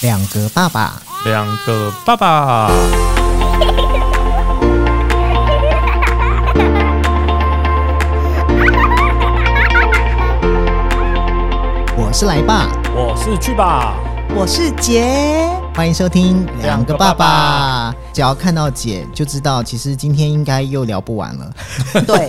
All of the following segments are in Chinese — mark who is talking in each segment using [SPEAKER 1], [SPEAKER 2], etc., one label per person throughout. [SPEAKER 1] 两个爸爸，
[SPEAKER 2] 两个爸爸。
[SPEAKER 1] 我是来爸，
[SPEAKER 2] 我是去吧，
[SPEAKER 3] 我是杰。
[SPEAKER 1] 欢迎收听两
[SPEAKER 2] 两
[SPEAKER 1] 个
[SPEAKER 2] 个
[SPEAKER 1] 爸
[SPEAKER 2] 爸
[SPEAKER 1] 爸
[SPEAKER 2] 爸。
[SPEAKER 1] 只要看到姐就知道，其实今天应该又聊不完了。
[SPEAKER 3] 对，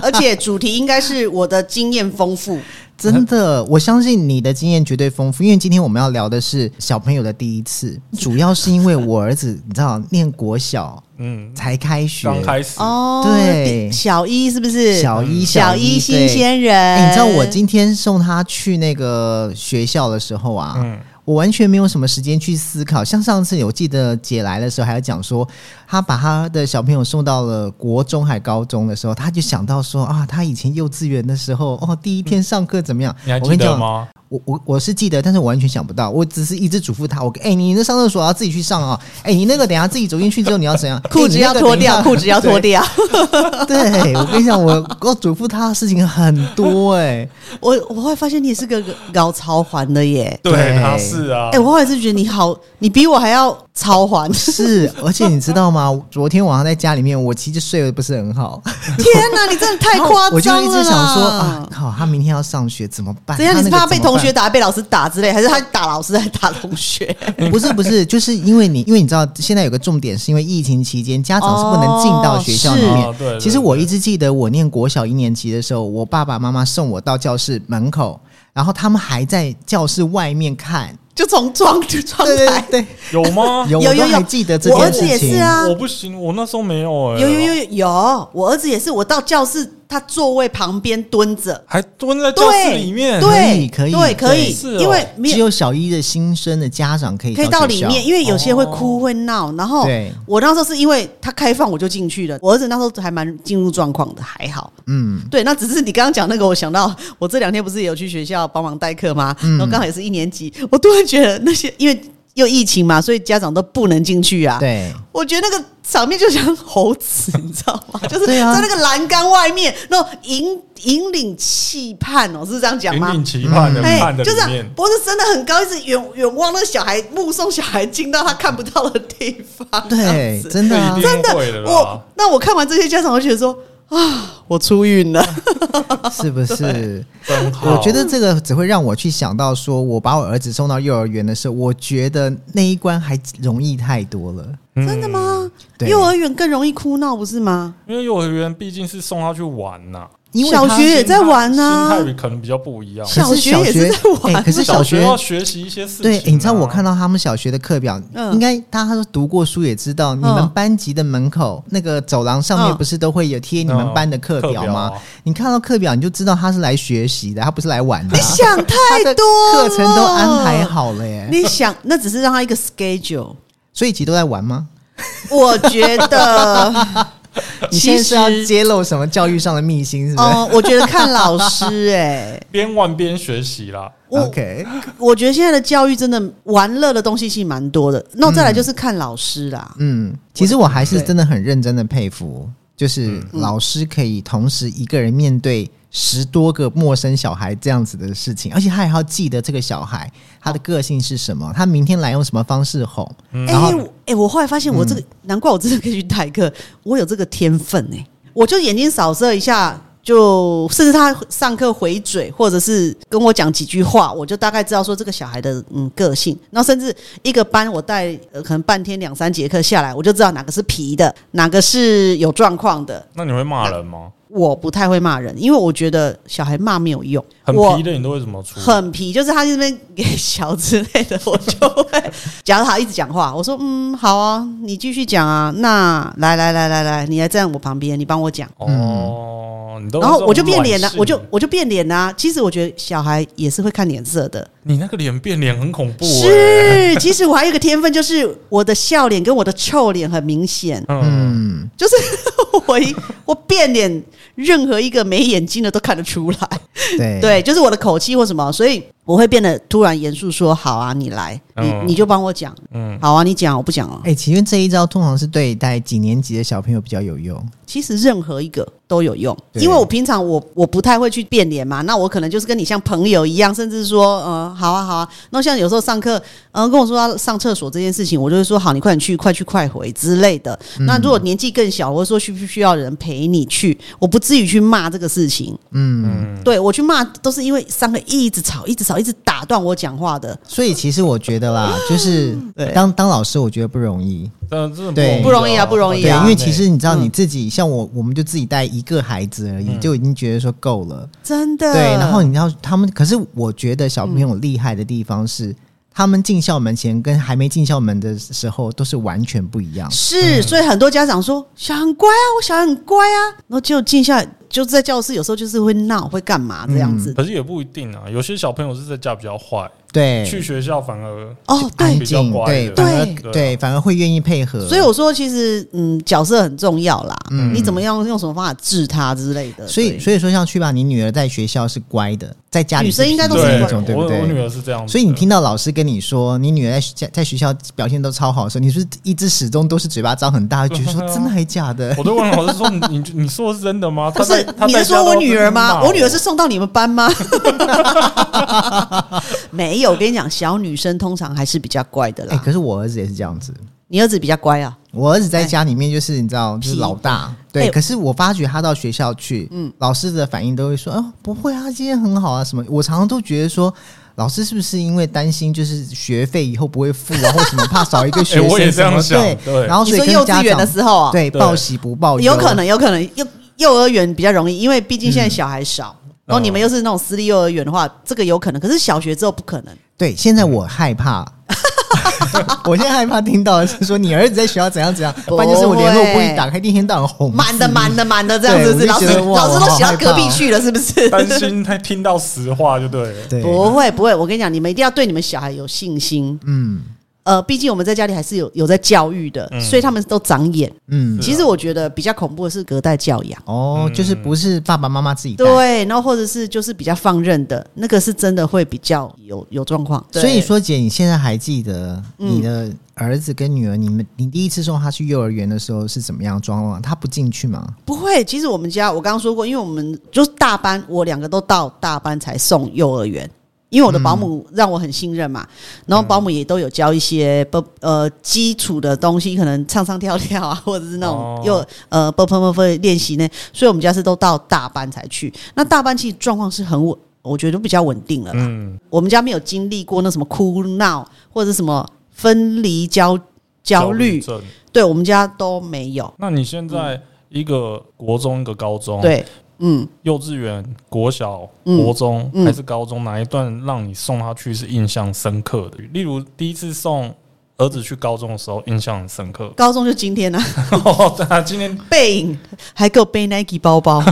[SPEAKER 3] 而且主题应该是我的经验丰富。
[SPEAKER 1] 真的，我相信你的经验绝对丰富，因为今天我们要聊的是小朋友的第一次，主要是因为我儿子，你知道，念国小
[SPEAKER 2] 嗯，
[SPEAKER 1] 才开学，
[SPEAKER 2] 刚开始，
[SPEAKER 3] 哦
[SPEAKER 1] 对
[SPEAKER 3] 小一是不是？
[SPEAKER 1] 小一
[SPEAKER 3] 小
[SPEAKER 1] 一
[SPEAKER 3] 一新鲜
[SPEAKER 1] 对
[SPEAKER 3] 人。
[SPEAKER 1] 哎你知道我今天送他去那个学校的时候啊，
[SPEAKER 2] 嗯
[SPEAKER 1] 我完全没有什么时间去思考。像上次我记得姐来的时候，还要讲说，她把她的小朋友送到了国中还高中的时候，她就想到说啊，她以前幼稚园的时候，哦，第一
[SPEAKER 3] 嗯
[SPEAKER 1] 天上课怎么样？
[SPEAKER 2] 你还
[SPEAKER 1] 我
[SPEAKER 2] 记
[SPEAKER 1] 跟你
[SPEAKER 2] 得
[SPEAKER 1] 讲，
[SPEAKER 2] 吗？
[SPEAKER 1] 我我我是记得，但是我完全想不到，我只是一直嘱咐他，我哎、你那上厕所要自己去上啊、哎、你那个等一下自己走进去之后你要怎样，
[SPEAKER 3] 裤子要脱掉，裤子要脱
[SPEAKER 1] 掉。
[SPEAKER 3] 掉。
[SPEAKER 1] 对，我跟你讲，我我嘱咐他的事情很多哎、
[SPEAKER 3] 我我后来发现你也是个搞潮环的耶。
[SPEAKER 1] 对
[SPEAKER 2] 对，他是啊
[SPEAKER 3] 哎、，我后来是觉得你好，你比我还要超环。
[SPEAKER 1] 是，而且你知道吗？昨天晚上在家里面，我其实睡得不是很好，
[SPEAKER 3] 天哪，你真的太夸张了啦！
[SPEAKER 1] 我就一直想说啊，靠，他明天要上学怎么办？
[SPEAKER 3] 怎样？
[SPEAKER 1] 他
[SPEAKER 3] 你是
[SPEAKER 1] 那个
[SPEAKER 3] 怕被
[SPEAKER 1] 怎么
[SPEAKER 3] 同
[SPEAKER 1] 办
[SPEAKER 3] 学？ 打、被老师打之类，还是他打老师还打同学？
[SPEAKER 1] 不是不是，就是因为你，因为你知道现在有个重点，是因为疫情期间家长是不能进到学校里面。
[SPEAKER 2] 哦对对
[SPEAKER 1] 其实我一直记得，我念国小一年级的时候，我爸爸妈妈送我到教室门口，然后他们还在教室外面看。
[SPEAKER 3] 就从窗就窗
[SPEAKER 1] 对对
[SPEAKER 3] 台。
[SPEAKER 1] 对，
[SPEAKER 3] 哎
[SPEAKER 2] 有吗？
[SPEAKER 1] 有
[SPEAKER 3] 有
[SPEAKER 1] 我都
[SPEAKER 3] 有有
[SPEAKER 1] 还记得这
[SPEAKER 3] 我儿
[SPEAKER 1] 件事
[SPEAKER 3] 子
[SPEAKER 1] 情。
[SPEAKER 3] 也是啊
[SPEAKER 2] 我不行，我那时候没有哎，
[SPEAKER 3] 有有有有有，我儿子也是，我到教室他座位旁边蹲着，
[SPEAKER 2] 还蹲在教室
[SPEAKER 3] 对，
[SPEAKER 2] 里面，
[SPEAKER 3] 对，
[SPEAKER 1] 可以可以
[SPEAKER 3] 对，可以，
[SPEAKER 2] 是哦
[SPEAKER 3] 因为没
[SPEAKER 1] 只
[SPEAKER 3] 有
[SPEAKER 1] 有小一的新生的家长可以
[SPEAKER 3] 可以到
[SPEAKER 1] 学
[SPEAKER 3] 里
[SPEAKER 1] 校
[SPEAKER 3] 面，因为有些
[SPEAKER 2] 哦
[SPEAKER 3] 会哭会闹，然后
[SPEAKER 1] 对
[SPEAKER 3] 我那时候是因为他开放我就进去了，我儿子那时候还蛮进入状况的，还好。
[SPEAKER 1] 嗯，
[SPEAKER 3] 对，那只是你刚刚讲那个，我想到我这两天不是也有去学校帮
[SPEAKER 1] 嗯
[SPEAKER 3] 忙代课吗？然后刚好也是一年级，我突然觉得那些因为又疫情嘛，所以家长都不能进去啊。
[SPEAKER 1] 对，
[SPEAKER 3] 我觉得那个场面就像猴子，你知道吗？就是
[SPEAKER 1] 对
[SPEAKER 3] 在
[SPEAKER 1] 啊
[SPEAKER 3] 那个栏杆外面，那种引引领气盼哦，是这样讲
[SPEAKER 2] 引
[SPEAKER 3] 吗
[SPEAKER 2] 领？期盼的
[SPEAKER 1] 嗯
[SPEAKER 2] 盼
[SPEAKER 1] 哎
[SPEAKER 2] 的
[SPEAKER 3] 就
[SPEAKER 2] 里
[SPEAKER 3] 是啊
[SPEAKER 2] 面，
[SPEAKER 3] 脖子伸的很高，一直远远望那个小孩，目送小孩进到他看不到的地方。 这样
[SPEAKER 1] 对，
[SPEAKER 3] 子
[SPEAKER 1] 真的 啊、
[SPEAKER 2] 这一定
[SPEAKER 3] 真的
[SPEAKER 2] 会的，啦
[SPEAKER 3] 我那我看完这些家长，我就觉得说啊，我出运了。
[SPEAKER 1] 是不是？
[SPEAKER 2] 真好。
[SPEAKER 1] 我觉得这个只会让我去想到说，我把我儿子送到幼儿园的时候，我觉得那一关还容易太多了。
[SPEAKER 2] 嗯
[SPEAKER 3] 真的？吗？
[SPEAKER 1] 对
[SPEAKER 3] 幼儿园更容易哭闹，不是 吗？
[SPEAKER 2] 因为幼儿园毕竟是送他去玩呐，
[SPEAKER 1] 因为
[SPEAKER 3] 小
[SPEAKER 1] 他
[SPEAKER 3] 学也在玩啊
[SPEAKER 2] 心态可能比较不一样。
[SPEAKER 1] 可是
[SPEAKER 3] 小学也是在玩啊
[SPEAKER 1] 哎可是
[SPEAKER 2] 小
[SPEAKER 1] 学
[SPEAKER 2] 要学习一些事情啊。
[SPEAKER 1] 对、哎你知道我看到他们小学的课表，
[SPEAKER 3] 嗯
[SPEAKER 1] 应该大家都读过书也知道，你们
[SPEAKER 3] 嗯
[SPEAKER 1] 班级的门口那个走廊上面
[SPEAKER 3] 嗯
[SPEAKER 1] 不是都会有贴你们班的课表吗？
[SPEAKER 3] 哦
[SPEAKER 2] 嗯课表啊
[SPEAKER 1] 你看到课表，你就知道他是来学习的，他不是来玩的、
[SPEAKER 3] 你
[SPEAKER 1] 啊。
[SPEAKER 3] 想 太多
[SPEAKER 1] 课
[SPEAKER 3] 了，
[SPEAKER 1] 程都安排。好了耶，
[SPEAKER 3] 你想，那只是让他一个 schedule。
[SPEAKER 1] 所以其实都在玩吗？
[SPEAKER 3] 我觉得，
[SPEAKER 1] 你现在是要
[SPEAKER 3] 其实
[SPEAKER 1] 揭露什么教育上的秘辛是不是、
[SPEAKER 3] 哦，我觉得看老师、欸，
[SPEAKER 2] 边玩边学习啦，
[SPEAKER 3] 我
[SPEAKER 1] o k
[SPEAKER 3] 我觉得现在的教育真的玩乐的东西其实蛮多的。那再来就是看老师啦，
[SPEAKER 1] 嗯，其实我还是真的很认真的佩服，
[SPEAKER 3] 嗯
[SPEAKER 1] 就是老师可以同时一个人面对十多个陌生小孩这样子的事情，而且他还要记得这个小孩他的个性是什么，他明天来用什么方式哄，
[SPEAKER 3] 哎、
[SPEAKER 1] 嗯然后嗯
[SPEAKER 3] 我哎、我后来发现我这个，难怪我真的可以去代课，我有这个天分哎、我就眼睛扫射一下，就甚至他上课回嘴，或者是跟我讲几句话，我就大概知道说这个小孩的嗯个性。然后甚至一个班我带、呃、可能半天两三节课下来，我就知道哪个是皮的，哪个是有状况的。
[SPEAKER 2] 那你会骂人吗？
[SPEAKER 3] 我不太会骂人，因为我觉得小孩骂没有用。
[SPEAKER 2] 很
[SPEAKER 3] 我
[SPEAKER 2] 皮的你都会怎么处理？
[SPEAKER 3] 很皮，就是他这边给小之类的，我 就会。假如他一直讲话，我说嗯好啊，你继续讲啊，那来来来来来，你来站我旁边，你帮我讲。
[SPEAKER 2] 哦，你都
[SPEAKER 3] 嗯然后我就变脸了
[SPEAKER 2] 了，，
[SPEAKER 3] 我就我就变脸啦、其实我觉得小孩也是会看脸色的，
[SPEAKER 2] 你那个脸变脸很恐怖、欸，
[SPEAKER 3] 是。 其实我还有一个天分，就是我的笑脸跟我的臭脸很明显，
[SPEAKER 2] 嗯，
[SPEAKER 1] 嗯，
[SPEAKER 3] 就是 我一我变脸，任何一个没眼睛的都看得出来。
[SPEAKER 1] 对，
[SPEAKER 3] 对，就是我的口气或什么，所以我会变得突然严肃，说：“好啊，你来，你
[SPEAKER 2] 嗯
[SPEAKER 3] 你就帮我讲。
[SPEAKER 2] 嗯，
[SPEAKER 3] 好啊，你讲，我不讲了。
[SPEAKER 1] 哎、请问这一招通常是对待几年级的小朋友比较有用？
[SPEAKER 3] 其实任何一个都有用，
[SPEAKER 1] 对
[SPEAKER 3] 因为我平常我我不太会去变脸嘛，那我可能就是跟你像朋友一样，甚至说，呃，好啊，好啊。那像有时候上课，嗯、跟我说要上厕所这件事情，我就会说，好，你快点去，快去，快回之类的。那如果年纪更小，我会说需不需要人陪你去，我不至于去骂这个事情。
[SPEAKER 1] 嗯，
[SPEAKER 3] 对我去骂都是因为上课一直吵，一直吵，一直打断我讲话的，
[SPEAKER 1] 所以其实我觉得啦，就是
[SPEAKER 3] 对
[SPEAKER 1] 当当老师，我觉得不容易。
[SPEAKER 2] 但这
[SPEAKER 1] 对
[SPEAKER 2] 的
[SPEAKER 1] 不
[SPEAKER 3] 容易啊不容易
[SPEAKER 1] 对，
[SPEAKER 3] 啊
[SPEAKER 1] 因为其实你知道
[SPEAKER 3] 嗯
[SPEAKER 1] 你自己，像我，我们就自己带一个孩子而已，
[SPEAKER 2] 嗯
[SPEAKER 1] 就已经觉得说够了。
[SPEAKER 3] 真的。
[SPEAKER 1] 对，然后你知道他们，可是我觉得小朋友厉害的地方是，他们进校门前跟还没进校门的时候都是完全不一样。
[SPEAKER 3] 是，
[SPEAKER 1] 嗯
[SPEAKER 3] 所以很多家长说小孩很乖啊，我小孩很乖啊，然后就静下来，就在教室有时候就是会闹，会干嘛这样子。
[SPEAKER 2] 可是也不一定啊，有些小朋友是在家比较坏，
[SPEAKER 1] 对，
[SPEAKER 2] 去学校反而
[SPEAKER 3] 哦，
[SPEAKER 1] 安
[SPEAKER 3] 对，
[SPEAKER 2] 比较
[SPEAKER 1] 静，
[SPEAKER 2] 乖
[SPEAKER 1] 对，
[SPEAKER 2] 的
[SPEAKER 1] 反而
[SPEAKER 2] 对
[SPEAKER 1] 对，反而会愿意配合。
[SPEAKER 3] 所以我说其实嗯，角色很重要啦，
[SPEAKER 1] 嗯
[SPEAKER 3] 你怎么样用什么方法治他之类的。
[SPEAKER 1] 所以所以说，像去吧，你女儿在学校是乖的，在家里
[SPEAKER 3] 女生应该都是
[SPEAKER 1] 痞
[SPEAKER 3] 乖
[SPEAKER 1] 的
[SPEAKER 3] 的
[SPEAKER 1] 那种，对
[SPEAKER 2] 我
[SPEAKER 1] 不
[SPEAKER 2] 我女
[SPEAKER 1] 对？
[SPEAKER 2] 儿是这样子的，
[SPEAKER 1] 所以你听到老师跟你说你女儿在学在学校表现都超好的时候，你是不是一直始终都是嘴巴张很大，
[SPEAKER 2] 对
[SPEAKER 1] 觉得说
[SPEAKER 2] 对啊
[SPEAKER 1] 真的还假 的？
[SPEAKER 2] 我都问老师说：“你你你说的是真的吗？”
[SPEAKER 3] 不
[SPEAKER 2] 他
[SPEAKER 3] 是
[SPEAKER 2] 在，他
[SPEAKER 3] 你
[SPEAKER 2] 在
[SPEAKER 3] 是
[SPEAKER 2] 家
[SPEAKER 3] 说
[SPEAKER 2] 都
[SPEAKER 3] 我女儿
[SPEAKER 2] 骂
[SPEAKER 3] 吗？我女儿是送到你们班吗？ 没有，我跟你讲，小女生通常还是比较乖的
[SPEAKER 1] 哎，
[SPEAKER 3] 啦。
[SPEAKER 1] 可是我儿子也是这样子，
[SPEAKER 3] 你儿子比较乖啊，
[SPEAKER 1] 我儿子在家里面就是你知道，就是老大。对，
[SPEAKER 3] 哎嗯
[SPEAKER 1] 可是我发觉他到学校去，老师的反应都会说：“哦，不会啊，今天很好啊。”什么？我常常都觉得说，老师是不是因为担心就是学费以后不会付啊，或什么怕少一个学
[SPEAKER 2] 哎 我也
[SPEAKER 1] 生什么？
[SPEAKER 2] 这样想
[SPEAKER 1] 对，
[SPEAKER 2] 对
[SPEAKER 1] 然后
[SPEAKER 3] 你
[SPEAKER 1] 所以
[SPEAKER 3] 说
[SPEAKER 1] 跟
[SPEAKER 3] 幼
[SPEAKER 1] 家
[SPEAKER 3] 稚园
[SPEAKER 1] 长
[SPEAKER 3] 的时候啊，
[SPEAKER 1] 对
[SPEAKER 2] 对
[SPEAKER 1] 报喜不报忧，啊
[SPEAKER 3] 有可能，有可能幼幼儿园比较容易，因为毕竟
[SPEAKER 1] 嗯
[SPEAKER 3] 现在小孩少，然后你们
[SPEAKER 1] 哦
[SPEAKER 3] 又是那种私立幼儿园的话，这个有可能。可是小学之后不可能，
[SPEAKER 1] 对，现在
[SPEAKER 3] 嗯
[SPEAKER 1] 我害怕。 我现在害怕听到的是说你儿子在学校怎样怎样，不然就是我联络
[SPEAKER 3] 不
[SPEAKER 1] 簿
[SPEAKER 3] 会
[SPEAKER 1] 一打开，一天到晚红
[SPEAKER 3] 满的
[SPEAKER 1] 字
[SPEAKER 3] 满的满的这样子，是不是
[SPEAKER 1] 哦对我
[SPEAKER 3] 老
[SPEAKER 1] 就
[SPEAKER 3] 师
[SPEAKER 1] 觉得哇
[SPEAKER 3] 老师都写到隔
[SPEAKER 1] 我好害
[SPEAKER 3] 壁
[SPEAKER 1] 怕
[SPEAKER 3] 去了，是不是？
[SPEAKER 2] 担 心他听到实话就对了。
[SPEAKER 1] 对，
[SPEAKER 3] 不会不会，我跟你讲，你们一定要对你们小孩有信心。
[SPEAKER 1] 嗯
[SPEAKER 3] 呃，毕竟我们在家里还是有有在教育的，
[SPEAKER 2] 嗯
[SPEAKER 3] 所以他们都长眼。
[SPEAKER 1] 嗯，
[SPEAKER 2] 是啊
[SPEAKER 3] 其实我觉得比较恐怖的是隔代教养。
[SPEAKER 1] 哦，就是不是爸爸妈妈自己带，
[SPEAKER 3] 对，然后或者是就是比较放任的那个是真的会比较有有状况，
[SPEAKER 1] 所以说，姐，你现在还记得
[SPEAKER 3] 嗯
[SPEAKER 1] 你的儿子跟女儿，你们你第一次送他去幼儿园的时候是怎么样装潢？他不进去吗？
[SPEAKER 3] 不会，其实我们家我刚刚说过，因为我们就是大班，我两个都到大班才送幼儿园，因为我的保姆让我很信任嘛，然后保姆也都有教一些不呃基础的东西，可能唱唱跳跳啊， 或者是那种
[SPEAKER 2] 哦
[SPEAKER 3] 幼、呃不不不不练习呢，所以我们家是都到大班才去。那大班其实状况是很稳，我觉得比较稳定了啦。
[SPEAKER 2] 嗯，
[SPEAKER 3] 我们家没有经历过那什么哭闹或者什么分离焦焦虑，嗯
[SPEAKER 2] 症。
[SPEAKER 3] 对我们家都没有。
[SPEAKER 2] 那你现在一个国中，一个高中，，
[SPEAKER 3] 对，嗯。
[SPEAKER 2] 幼稚园、国小、
[SPEAKER 3] 嗯
[SPEAKER 2] 国中
[SPEAKER 3] 嗯。
[SPEAKER 2] 还是高中，哪一段让你送他去是印象深刻的？例如第一次送儿子去高中的时候，印象很深刻
[SPEAKER 3] 高中就今天啊，
[SPEAKER 2] 哦，对啊，今天
[SPEAKER 3] 背影还给我背 Nike 包包，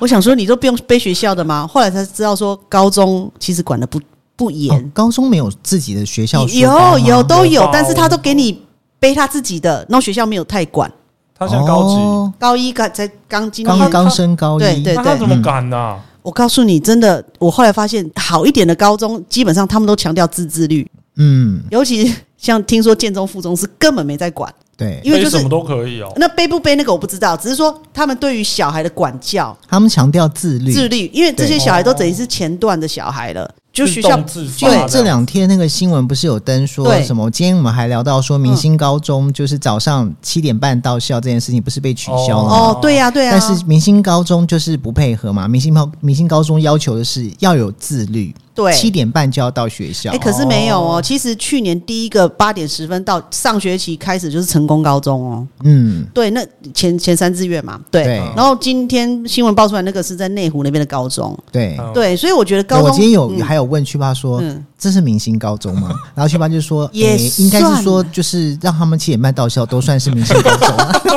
[SPEAKER 3] 我想说你都不用背学校的吗？后来才知道说高中其实管的不不
[SPEAKER 1] 哦
[SPEAKER 3] 严，
[SPEAKER 1] 高中没有自己的学校书包
[SPEAKER 3] 有
[SPEAKER 1] 吗
[SPEAKER 3] 有都
[SPEAKER 2] 有
[SPEAKER 3] 有
[SPEAKER 2] 包，
[SPEAKER 3] 但是他都给你背他自己的，然后学校没有太管。
[SPEAKER 2] 他现在高级，
[SPEAKER 1] 哦
[SPEAKER 3] 高一刚才刚今
[SPEAKER 1] 刚
[SPEAKER 3] 天，
[SPEAKER 1] 刚升高一，
[SPEAKER 3] 对对嗯
[SPEAKER 2] 那他怎么敢啊呢？
[SPEAKER 3] 我告诉你，真的，我后来发现好一点的高中，基本上他们都强调自制律，
[SPEAKER 1] 嗯，
[SPEAKER 3] 尤其像听说建中附中是根本没在管，
[SPEAKER 1] 对，
[SPEAKER 3] 因为
[SPEAKER 2] 背
[SPEAKER 3] 就是
[SPEAKER 2] 什么都可以哦。
[SPEAKER 3] 那背不背那个我不知道，只是说他们对于小孩的管教
[SPEAKER 1] 他们强调自律。
[SPEAKER 3] 自律，因为这些
[SPEAKER 1] 对
[SPEAKER 3] 小孩都等于是前段的小孩了，就学
[SPEAKER 2] 自
[SPEAKER 3] 校
[SPEAKER 2] 动自发
[SPEAKER 1] 对，
[SPEAKER 2] 的
[SPEAKER 1] 这两天那个新闻不是有登说
[SPEAKER 3] 对
[SPEAKER 1] 什么？今天我们还聊到说，明星高中就是早上七点半到校这件事情不是被取消了吗？
[SPEAKER 3] 哦，对呀、对呀、
[SPEAKER 1] 但是明星高中就是不配合嘛，明星高明星高中要求的是要有自律，
[SPEAKER 3] 对
[SPEAKER 1] 七点半就要到学校。
[SPEAKER 3] 哎、可是没有哦。其实去年第一个八点十分到上学期开始就是成功高中哦，
[SPEAKER 1] 嗯，
[SPEAKER 3] 对，那前前三志愿嘛，对。
[SPEAKER 1] 对
[SPEAKER 3] 然后今天新闻爆出来那个是在内湖那边的高中，
[SPEAKER 1] 对。
[SPEAKER 2] 嗯
[SPEAKER 3] 对，所以我觉得高
[SPEAKER 1] 哦我
[SPEAKER 3] 中
[SPEAKER 1] 今天有、
[SPEAKER 3] 嗯
[SPEAKER 1] 还有问去爸说，
[SPEAKER 3] 嗯
[SPEAKER 1] 这是明星高中吗？ 然后去爸就说，
[SPEAKER 3] 也
[SPEAKER 1] 诶应该是
[SPEAKER 3] 算
[SPEAKER 1] 说就是让他们七点半到校都算是明星高中、啊。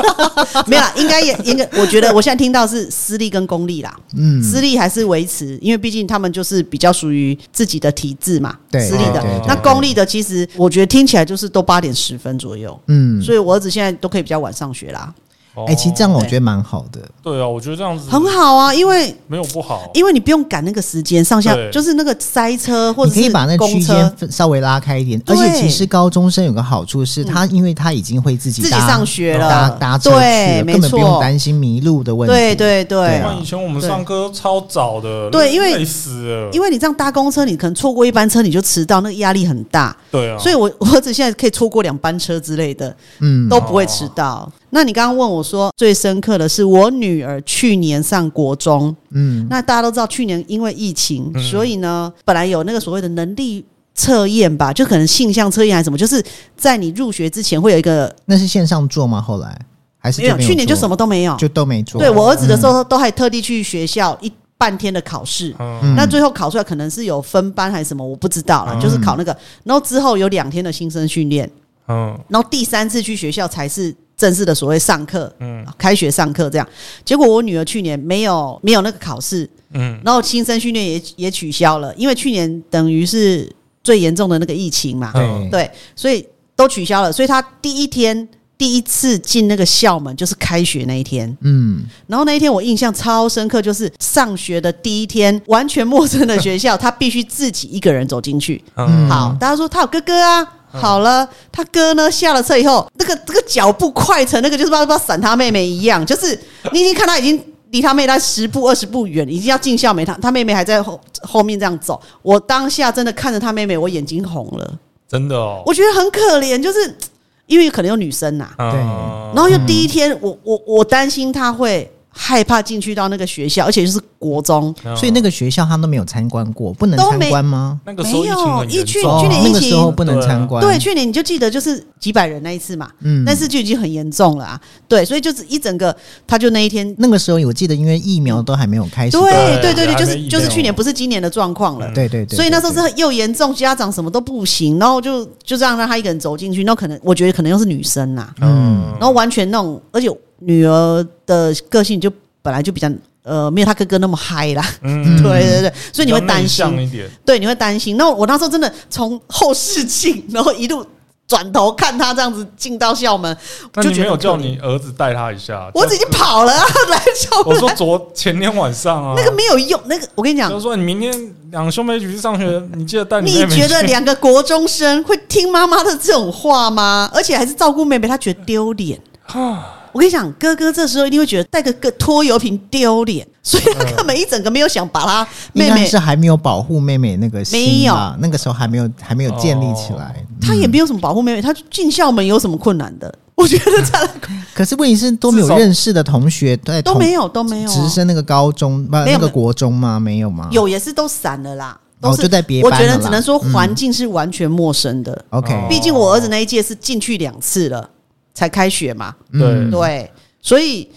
[SPEAKER 3] 没有啦，应该也应该，我觉得我现在听到是私立跟公立啦，
[SPEAKER 1] 嗯，
[SPEAKER 3] 私立还是维持，因为毕竟他们就是比较属于自己的体制嘛，
[SPEAKER 1] 对
[SPEAKER 3] 私立的
[SPEAKER 1] 对对对。
[SPEAKER 3] 那公立的其实我觉得听起来就是都八点十分左右，
[SPEAKER 1] 嗯，
[SPEAKER 3] 所以我儿子现在都可以比较晚上学啦。
[SPEAKER 2] 哦
[SPEAKER 1] 哎、其实这样我觉得蛮好的。
[SPEAKER 2] 对啊，我觉得这样子
[SPEAKER 3] 很好啊，因为
[SPEAKER 2] 没有不好。
[SPEAKER 3] 因为你不用赶那个时间上下
[SPEAKER 2] 对，
[SPEAKER 3] 就是那个塞车或者
[SPEAKER 1] 你可以
[SPEAKER 3] 是
[SPEAKER 1] 把那区
[SPEAKER 3] 公
[SPEAKER 1] 间
[SPEAKER 3] 车
[SPEAKER 1] 分稍微拉开一点，而
[SPEAKER 3] 对嗯
[SPEAKER 1] 且其实高中生有个好处是，他因为他已经会自己
[SPEAKER 3] 自己
[SPEAKER 1] 搭
[SPEAKER 3] 上学
[SPEAKER 1] 搭
[SPEAKER 3] 了，
[SPEAKER 1] 搭车去
[SPEAKER 3] 对，
[SPEAKER 1] 了，
[SPEAKER 3] 没
[SPEAKER 1] 根本不用
[SPEAKER 3] 错，
[SPEAKER 1] 担心迷路的问题。
[SPEAKER 3] 对对对
[SPEAKER 1] 对
[SPEAKER 2] 不
[SPEAKER 1] 啊
[SPEAKER 2] 然以前我们上课超早的，
[SPEAKER 3] 对因为
[SPEAKER 2] 累死了，
[SPEAKER 3] 因为你这样搭公车，你可能错过一班车，你就迟到，那个压力很大。
[SPEAKER 2] 对啊，
[SPEAKER 3] 所以我 我只现在可以错过两班车之类的，
[SPEAKER 1] 嗯，
[SPEAKER 3] 都不会迟到。那你刚刚问我说最深刻的是我女儿去年上国中，
[SPEAKER 1] 嗯，
[SPEAKER 3] 那大家都知道去年因为疫情，
[SPEAKER 2] 嗯
[SPEAKER 3] 所以呢本来有那个所谓的能力。测验吧，就可能性向测验还是什么，就是在你入学之前会有一个
[SPEAKER 1] 那是线上做吗？后来还是
[SPEAKER 3] 没有，
[SPEAKER 1] 做
[SPEAKER 3] 去年就什么都没有。
[SPEAKER 1] 就都没做。
[SPEAKER 3] 对我儿子的时候都还特地去学校一半天的考试，
[SPEAKER 2] 嗯，
[SPEAKER 3] 那最后考出来可能是有分班还是什么，我不知道了，
[SPEAKER 2] 嗯
[SPEAKER 3] 就是考那个。然后之后有两天的新生训练，
[SPEAKER 2] 嗯
[SPEAKER 3] 然后第三次去学校才是正式的所谓上课，
[SPEAKER 2] 嗯
[SPEAKER 3] 开学上课这样。结果我女儿去年没有没有那个考试，
[SPEAKER 2] 嗯
[SPEAKER 3] 然后新生训练也也取消了，因为去年等于是最严重的那个疫情
[SPEAKER 2] 嗯
[SPEAKER 3] 嘛，
[SPEAKER 1] 对
[SPEAKER 3] 对，所以都取消了。所以她第一天第一次进那个校门就是开学那一天，
[SPEAKER 1] 嗯，
[SPEAKER 3] 然后那一天我印象超深刻，就是上学的第一天，完全陌生的 学校，她必须自己一个人走进去。
[SPEAKER 1] 嗯
[SPEAKER 3] 好，大家说他有哥哥啊。好了，他哥呢下了车以后，那个这个脚步快成那个就是不知道不知道闪他妹妹一样，就是你已经看他已经离他妹大概十步二十步远，已经要进校门，他他妹妹还在后后面这样走。我当下真的看着他妹妹，我眼睛红了，
[SPEAKER 2] 真的哦，
[SPEAKER 3] 我觉得很可怜，就是因为可能有女生呐、
[SPEAKER 2] 嗯
[SPEAKER 1] 对
[SPEAKER 3] 然后又第一天，我我我担心他会害怕进去到那个学校，而且就是国中，
[SPEAKER 2] 嗯
[SPEAKER 1] 所以那个学校他都没有参观过，不能
[SPEAKER 3] 都
[SPEAKER 1] 参
[SPEAKER 3] 没
[SPEAKER 1] 观吗？哦
[SPEAKER 2] 那个时候疫
[SPEAKER 3] 没有
[SPEAKER 2] 情很严
[SPEAKER 3] 一去
[SPEAKER 2] 重啊
[SPEAKER 3] 去年疫
[SPEAKER 1] 那个时候
[SPEAKER 3] 情
[SPEAKER 1] 不能
[SPEAKER 2] 对啊
[SPEAKER 1] 参观。
[SPEAKER 3] 对，去年你就记得就是几百人那一次嘛，
[SPEAKER 1] 嗯
[SPEAKER 3] 那次就已经很严重了啊。对，所以就是一整个，他就那一天，
[SPEAKER 1] 那个时候我记得，因为疫苗都还没有开始。
[SPEAKER 3] 对
[SPEAKER 2] 对
[SPEAKER 3] 对对对，
[SPEAKER 2] 还
[SPEAKER 3] 就
[SPEAKER 2] 没
[SPEAKER 3] 是
[SPEAKER 2] 疫
[SPEAKER 3] 就是
[SPEAKER 2] 苗哦嗯
[SPEAKER 3] 去年不是今年的状况了。
[SPEAKER 1] 对对对，
[SPEAKER 3] 所以那时候
[SPEAKER 1] 对
[SPEAKER 3] 是又严重，家长什么都不行，然后就就这样让他一个人走进去，那可能我觉得可能又是女生呐、
[SPEAKER 1] 嗯
[SPEAKER 2] 嗯，
[SPEAKER 3] 然后完全那种，而且女儿的个性就本来就比较呃没有她哥哥那么嗨啦，
[SPEAKER 2] 嗯
[SPEAKER 3] 对对对，所以你会
[SPEAKER 2] 比较内
[SPEAKER 3] 担心，
[SPEAKER 2] 向一点，
[SPEAKER 3] 对，你会担心。那我那时候真的从后视镜，然后一路转头看他这样子进到校门，
[SPEAKER 2] 那
[SPEAKER 3] 就
[SPEAKER 2] 你
[SPEAKER 3] 觉
[SPEAKER 2] 没
[SPEAKER 3] 得
[SPEAKER 2] 有
[SPEAKER 3] 很可
[SPEAKER 2] 叫
[SPEAKER 3] 怜
[SPEAKER 2] 你儿子带他一下？
[SPEAKER 3] 我
[SPEAKER 2] 就
[SPEAKER 3] 已经跑了、啊， 来校
[SPEAKER 2] 我
[SPEAKER 3] 门
[SPEAKER 2] 说昨前天晚上啊，
[SPEAKER 3] 那个没有用。那个我跟你
[SPEAKER 2] 就
[SPEAKER 3] 讲
[SPEAKER 2] 是，说你明天两兄妹一起去上学，你记得带妹
[SPEAKER 3] 你
[SPEAKER 2] 妹去。
[SPEAKER 3] 觉得两个国中生会听妈妈的这种话吗？而且还是照顾妹妹，她觉得丢脸。
[SPEAKER 2] 啊
[SPEAKER 3] 我跟你讲，哥哥这时候一定会觉得带个个拖油瓶丢脸，所以他根本一整个没有想把他妹
[SPEAKER 1] 应该
[SPEAKER 3] 妹
[SPEAKER 2] 嗯
[SPEAKER 1] 是还没有保护妹妹那个心
[SPEAKER 3] 没有
[SPEAKER 1] 吧那个时候还没有还没有建立起来。
[SPEAKER 3] 他也没有什么保护妹妹，他进校门有什么困难的？我觉得在
[SPEAKER 2] 哎
[SPEAKER 1] 可是问题是都没有认识的同学在
[SPEAKER 3] 都
[SPEAKER 1] 同
[SPEAKER 3] 没
[SPEAKER 2] 哎
[SPEAKER 3] 有都没有、
[SPEAKER 1] 直
[SPEAKER 3] 啊，
[SPEAKER 1] 升那个高中不
[SPEAKER 3] 没
[SPEAKER 1] 那
[SPEAKER 3] 有
[SPEAKER 1] 个国中吗？没有
[SPEAKER 2] 啊
[SPEAKER 1] 吗？
[SPEAKER 3] 有也是都散了啦，都
[SPEAKER 1] 哦，
[SPEAKER 3] 是
[SPEAKER 1] 就在别
[SPEAKER 3] 我
[SPEAKER 1] 班
[SPEAKER 3] 觉
[SPEAKER 1] 了
[SPEAKER 3] 得
[SPEAKER 1] 啦嗯
[SPEAKER 3] 只能说环境是完全陌生的。
[SPEAKER 2] 哦
[SPEAKER 1] OK，
[SPEAKER 3] 毕竟我儿子那一届是进去两次了，才开学嘛，
[SPEAKER 1] 嗯
[SPEAKER 3] 对，所以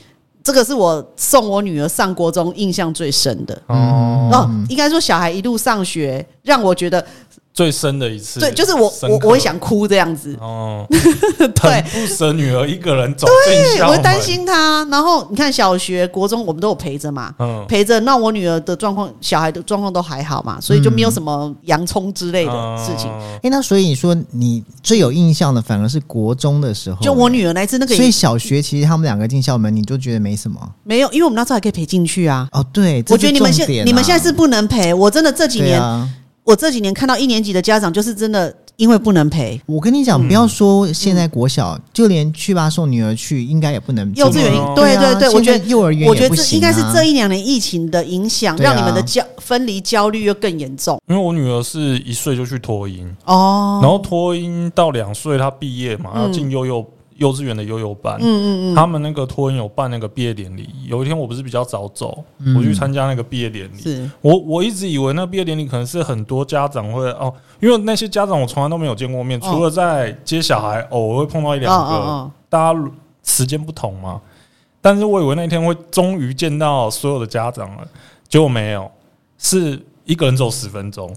[SPEAKER 3] 这个是我送我女儿上国中印象最深的。
[SPEAKER 1] 嗯
[SPEAKER 2] 哦，
[SPEAKER 3] 哦，应该说小孩一路上学，让我觉得
[SPEAKER 2] 最深的一次，
[SPEAKER 3] 对，就是我
[SPEAKER 2] 深
[SPEAKER 3] 我
[SPEAKER 2] 刻
[SPEAKER 3] 我会想哭这样子，
[SPEAKER 2] 哦，疼不舍女儿一个人走进
[SPEAKER 3] 对，
[SPEAKER 2] 校
[SPEAKER 3] 我
[SPEAKER 2] 门，
[SPEAKER 3] 会担心他。然后你看小学、国中我们都有陪着嘛，
[SPEAKER 2] 嗯，
[SPEAKER 3] 陪着，那我女儿的状况、小孩的状况都还好嘛，所以就没有什么洋葱之类的事情。
[SPEAKER 2] 嗯
[SPEAKER 1] 哎，那所以你说你最有印象的反而是国中的时候，
[SPEAKER 3] 就我女儿那一次那个
[SPEAKER 1] 所以
[SPEAKER 3] 也
[SPEAKER 1] 小学其实他们两个进校门，你就觉得没什么
[SPEAKER 3] 没有，因为我们那时候还可以陪进去啊。
[SPEAKER 1] 哦。对，这
[SPEAKER 3] 我觉得
[SPEAKER 1] 是
[SPEAKER 3] 你们
[SPEAKER 1] 重
[SPEAKER 3] 现
[SPEAKER 1] 点啊
[SPEAKER 3] 你们现在是不能陪，我真的这几
[SPEAKER 1] 对
[SPEAKER 3] 年
[SPEAKER 1] 啊。
[SPEAKER 3] 我这几年看到一年级的家长，就是真的因为不能陪，
[SPEAKER 1] 我跟你讲，不要说
[SPEAKER 3] 嗯
[SPEAKER 1] 现在国小，就连去吧送女儿去，应该也不能
[SPEAKER 3] 幼稚园
[SPEAKER 2] 真的哦，
[SPEAKER 3] 对
[SPEAKER 1] 啊
[SPEAKER 3] 对对，我觉
[SPEAKER 1] 现
[SPEAKER 3] 得
[SPEAKER 1] 在幼儿园
[SPEAKER 3] 我觉
[SPEAKER 1] 也
[SPEAKER 3] 得
[SPEAKER 1] 不
[SPEAKER 3] 这
[SPEAKER 1] 行啊
[SPEAKER 3] 应该是这一两年疫情的影响，
[SPEAKER 1] 对啊
[SPEAKER 3] 让你们的焦分离焦虑又更严重
[SPEAKER 2] 因为我女儿是一岁就去托婴，
[SPEAKER 3] 哦。
[SPEAKER 2] 然后托婴到两岁她毕业嘛，
[SPEAKER 3] 嗯
[SPEAKER 2] 要进幼幼幼稚园的幼幼班，
[SPEAKER 3] 嗯嗯嗯，
[SPEAKER 2] 他们那个托婴有办那个毕业典礼。有一天我不是比较早走，我去参加那个毕业典礼。
[SPEAKER 3] 是
[SPEAKER 2] 我我一直以为那毕业典礼可能是很多家长会哦，因为那些家长我从来都没有见过面，
[SPEAKER 3] 哦
[SPEAKER 2] 除了在接小孩偶尔会碰到一两个，
[SPEAKER 3] 哦
[SPEAKER 2] 大家时间不同嘛。但是我以为那天会终于见到所有的家长了，结果没有，是一个人走十分 钟，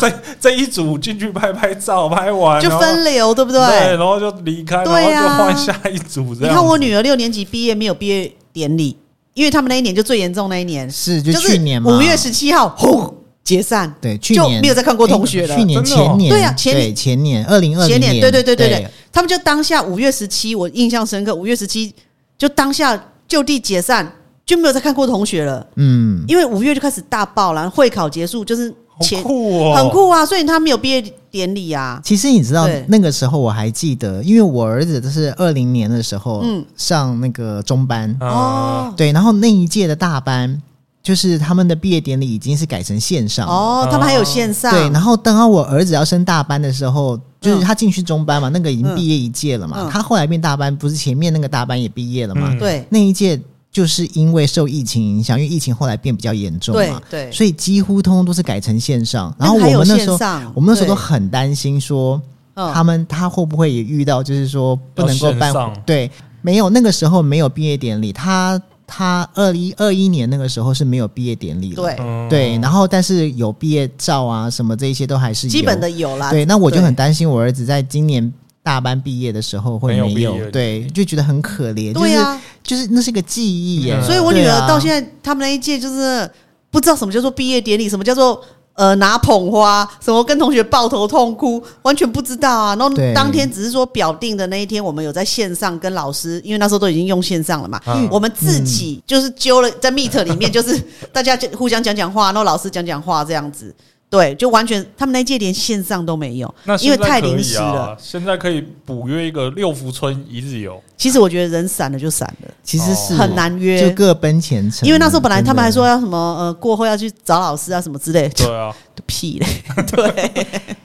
[SPEAKER 2] 这这一组进去拍拍照，拍完
[SPEAKER 3] 就
[SPEAKER 2] 哎然后
[SPEAKER 3] 分流，对不对？
[SPEAKER 2] 然后就离开，然后
[SPEAKER 3] 对啊
[SPEAKER 2] 就换下一组这
[SPEAKER 3] 你
[SPEAKER 2] 样子。
[SPEAKER 3] 看我女儿六年级毕业没有毕业典礼，因为他们那一年就最严重那一年，
[SPEAKER 1] 是就是去年嘛
[SPEAKER 3] 五月十七号轰解散，
[SPEAKER 1] 对去年哎
[SPEAKER 3] 就没有再看过同学了
[SPEAKER 1] 诶去年
[SPEAKER 2] 真的哦
[SPEAKER 1] 前年
[SPEAKER 3] 对啊前年
[SPEAKER 1] 对前年二零二
[SPEAKER 3] 前
[SPEAKER 1] 零
[SPEAKER 3] 年对对对对对
[SPEAKER 1] 对，
[SPEAKER 3] 他们就当下五月十七，我印象深刻，五月十七就当下就地解散，就没有再看过同学了。
[SPEAKER 1] 嗯，
[SPEAKER 3] 因为五月就开始大爆了，会考结束就是前
[SPEAKER 2] 好酷哦，
[SPEAKER 3] 很酷啊，所以他没有毕业典礼啊。
[SPEAKER 1] 其实你知道
[SPEAKER 3] 对
[SPEAKER 1] 那个时候我还记得，因为我儿子是二零年的时候
[SPEAKER 3] 嗯
[SPEAKER 1] 上那个中班，
[SPEAKER 3] 哦
[SPEAKER 2] 啊，
[SPEAKER 1] 对，然后那一届的大班就是他们的毕业典礼已经是改成线上了
[SPEAKER 3] 哦，他们还有线上，
[SPEAKER 1] 对，然后等到我儿子要升大班的时候，就是他进去中班嘛，那个已经
[SPEAKER 3] 嗯
[SPEAKER 1] 毕业一届了嘛，
[SPEAKER 3] 嗯
[SPEAKER 1] 他后来变大班，不是前面那个大班也毕业了嘛？
[SPEAKER 2] 嗯
[SPEAKER 3] 对
[SPEAKER 1] 那一届就是因为受疫情影响，因为疫情后来变比较严重
[SPEAKER 3] 对
[SPEAKER 1] 嘛，
[SPEAKER 3] 对，
[SPEAKER 1] 所以几乎通通都是改成线上。啊然
[SPEAKER 3] 那
[SPEAKER 1] 后
[SPEAKER 3] 个还
[SPEAKER 1] 我
[SPEAKER 3] 有
[SPEAKER 1] 们那
[SPEAKER 3] 线
[SPEAKER 1] 时候，
[SPEAKER 3] 上，
[SPEAKER 1] 我们那时候都
[SPEAKER 3] 对
[SPEAKER 1] 很担心说，
[SPEAKER 3] 嗯
[SPEAKER 1] 他们他会不会也遇到，就是说不能够办
[SPEAKER 2] 要线上
[SPEAKER 1] 对，没有那个时候没有毕业典礼，他他二一二一年那个时候是没有毕业典礼的，
[SPEAKER 3] 对
[SPEAKER 2] 嗯
[SPEAKER 1] 对，然后但是有毕业照啊什么这一些都还是有
[SPEAKER 3] 基本的有啦。
[SPEAKER 1] 对，那我就
[SPEAKER 3] 对
[SPEAKER 1] 很担心我儿子在今年大班毕业的时候会
[SPEAKER 2] 没有
[SPEAKER 1] 没
[SPEAKER 2] 毕
[SPEAKER 1] 有，
[SPEAKER 2] 业
[SPEAKER 1] 对，就觉得很可怜，
[SPEAKER 3] 对啊呀，
[SPEAKER 1] 就是就是那是个记忆耶，
[SPEAKER 2] 嗯
[SPEAKER 3] 所以我女
[SPEAKER 1] 对
[SPEAKER 3] 儿
[SPEAKER 1] 啊
[SPEAKER 3] 到现在，他们那一届就是不知道什么叫做毕业典礼，什么叫做。呃，拿捧花，什么跟同学抱头痛哭，完全不知道啊。然后
[SPEAKER 1] 对
[SPEAKER 3] 当天只是说表定的那一天，我们有在线上跟老师，因为那时候都已经用线上了嘛，
[SPEAKER 2] 嗯
[SPEAKER 3] 我们自己就是揪了在 meet 里面，就是大家就互相讲讲话，然后老师讲讲话这样子。对，就完全他们那一届连线上都没有，
[SPEAKER 2] 那
[SPEAKER 3] 因
[SPEAKER 2] 现
[SPEAKER 3] 为
[SPEAKER 2] 在
[SPEAKER 3] 太
[SPEAKER 2] 可
[SPEAKER 3] 临
[SPEAKER 2] 以
[SPEAKER 3] 时
[SPEAKER 2] 啊
[SPEAKER 3] 了。。
[SPEAKER 2] 现在可以补约一个六福村一日游，
[SPEAKER 3] 其实我觉得人散了就散了，
[SPEAKER 1] 其实是
[SPEAKER 3] 哦很难约，
[SPEAKER 1] 就各奔前程，
[SPEAKER 3] 因为那时候本来
[SPEAKER 1] 真的
[SPEAKER 3] 他们还说要什么呃过后要去找老师啊什么之类，
[SPEAKER 2] 对啊，
[SPEAKER 3] 屁嘞，对，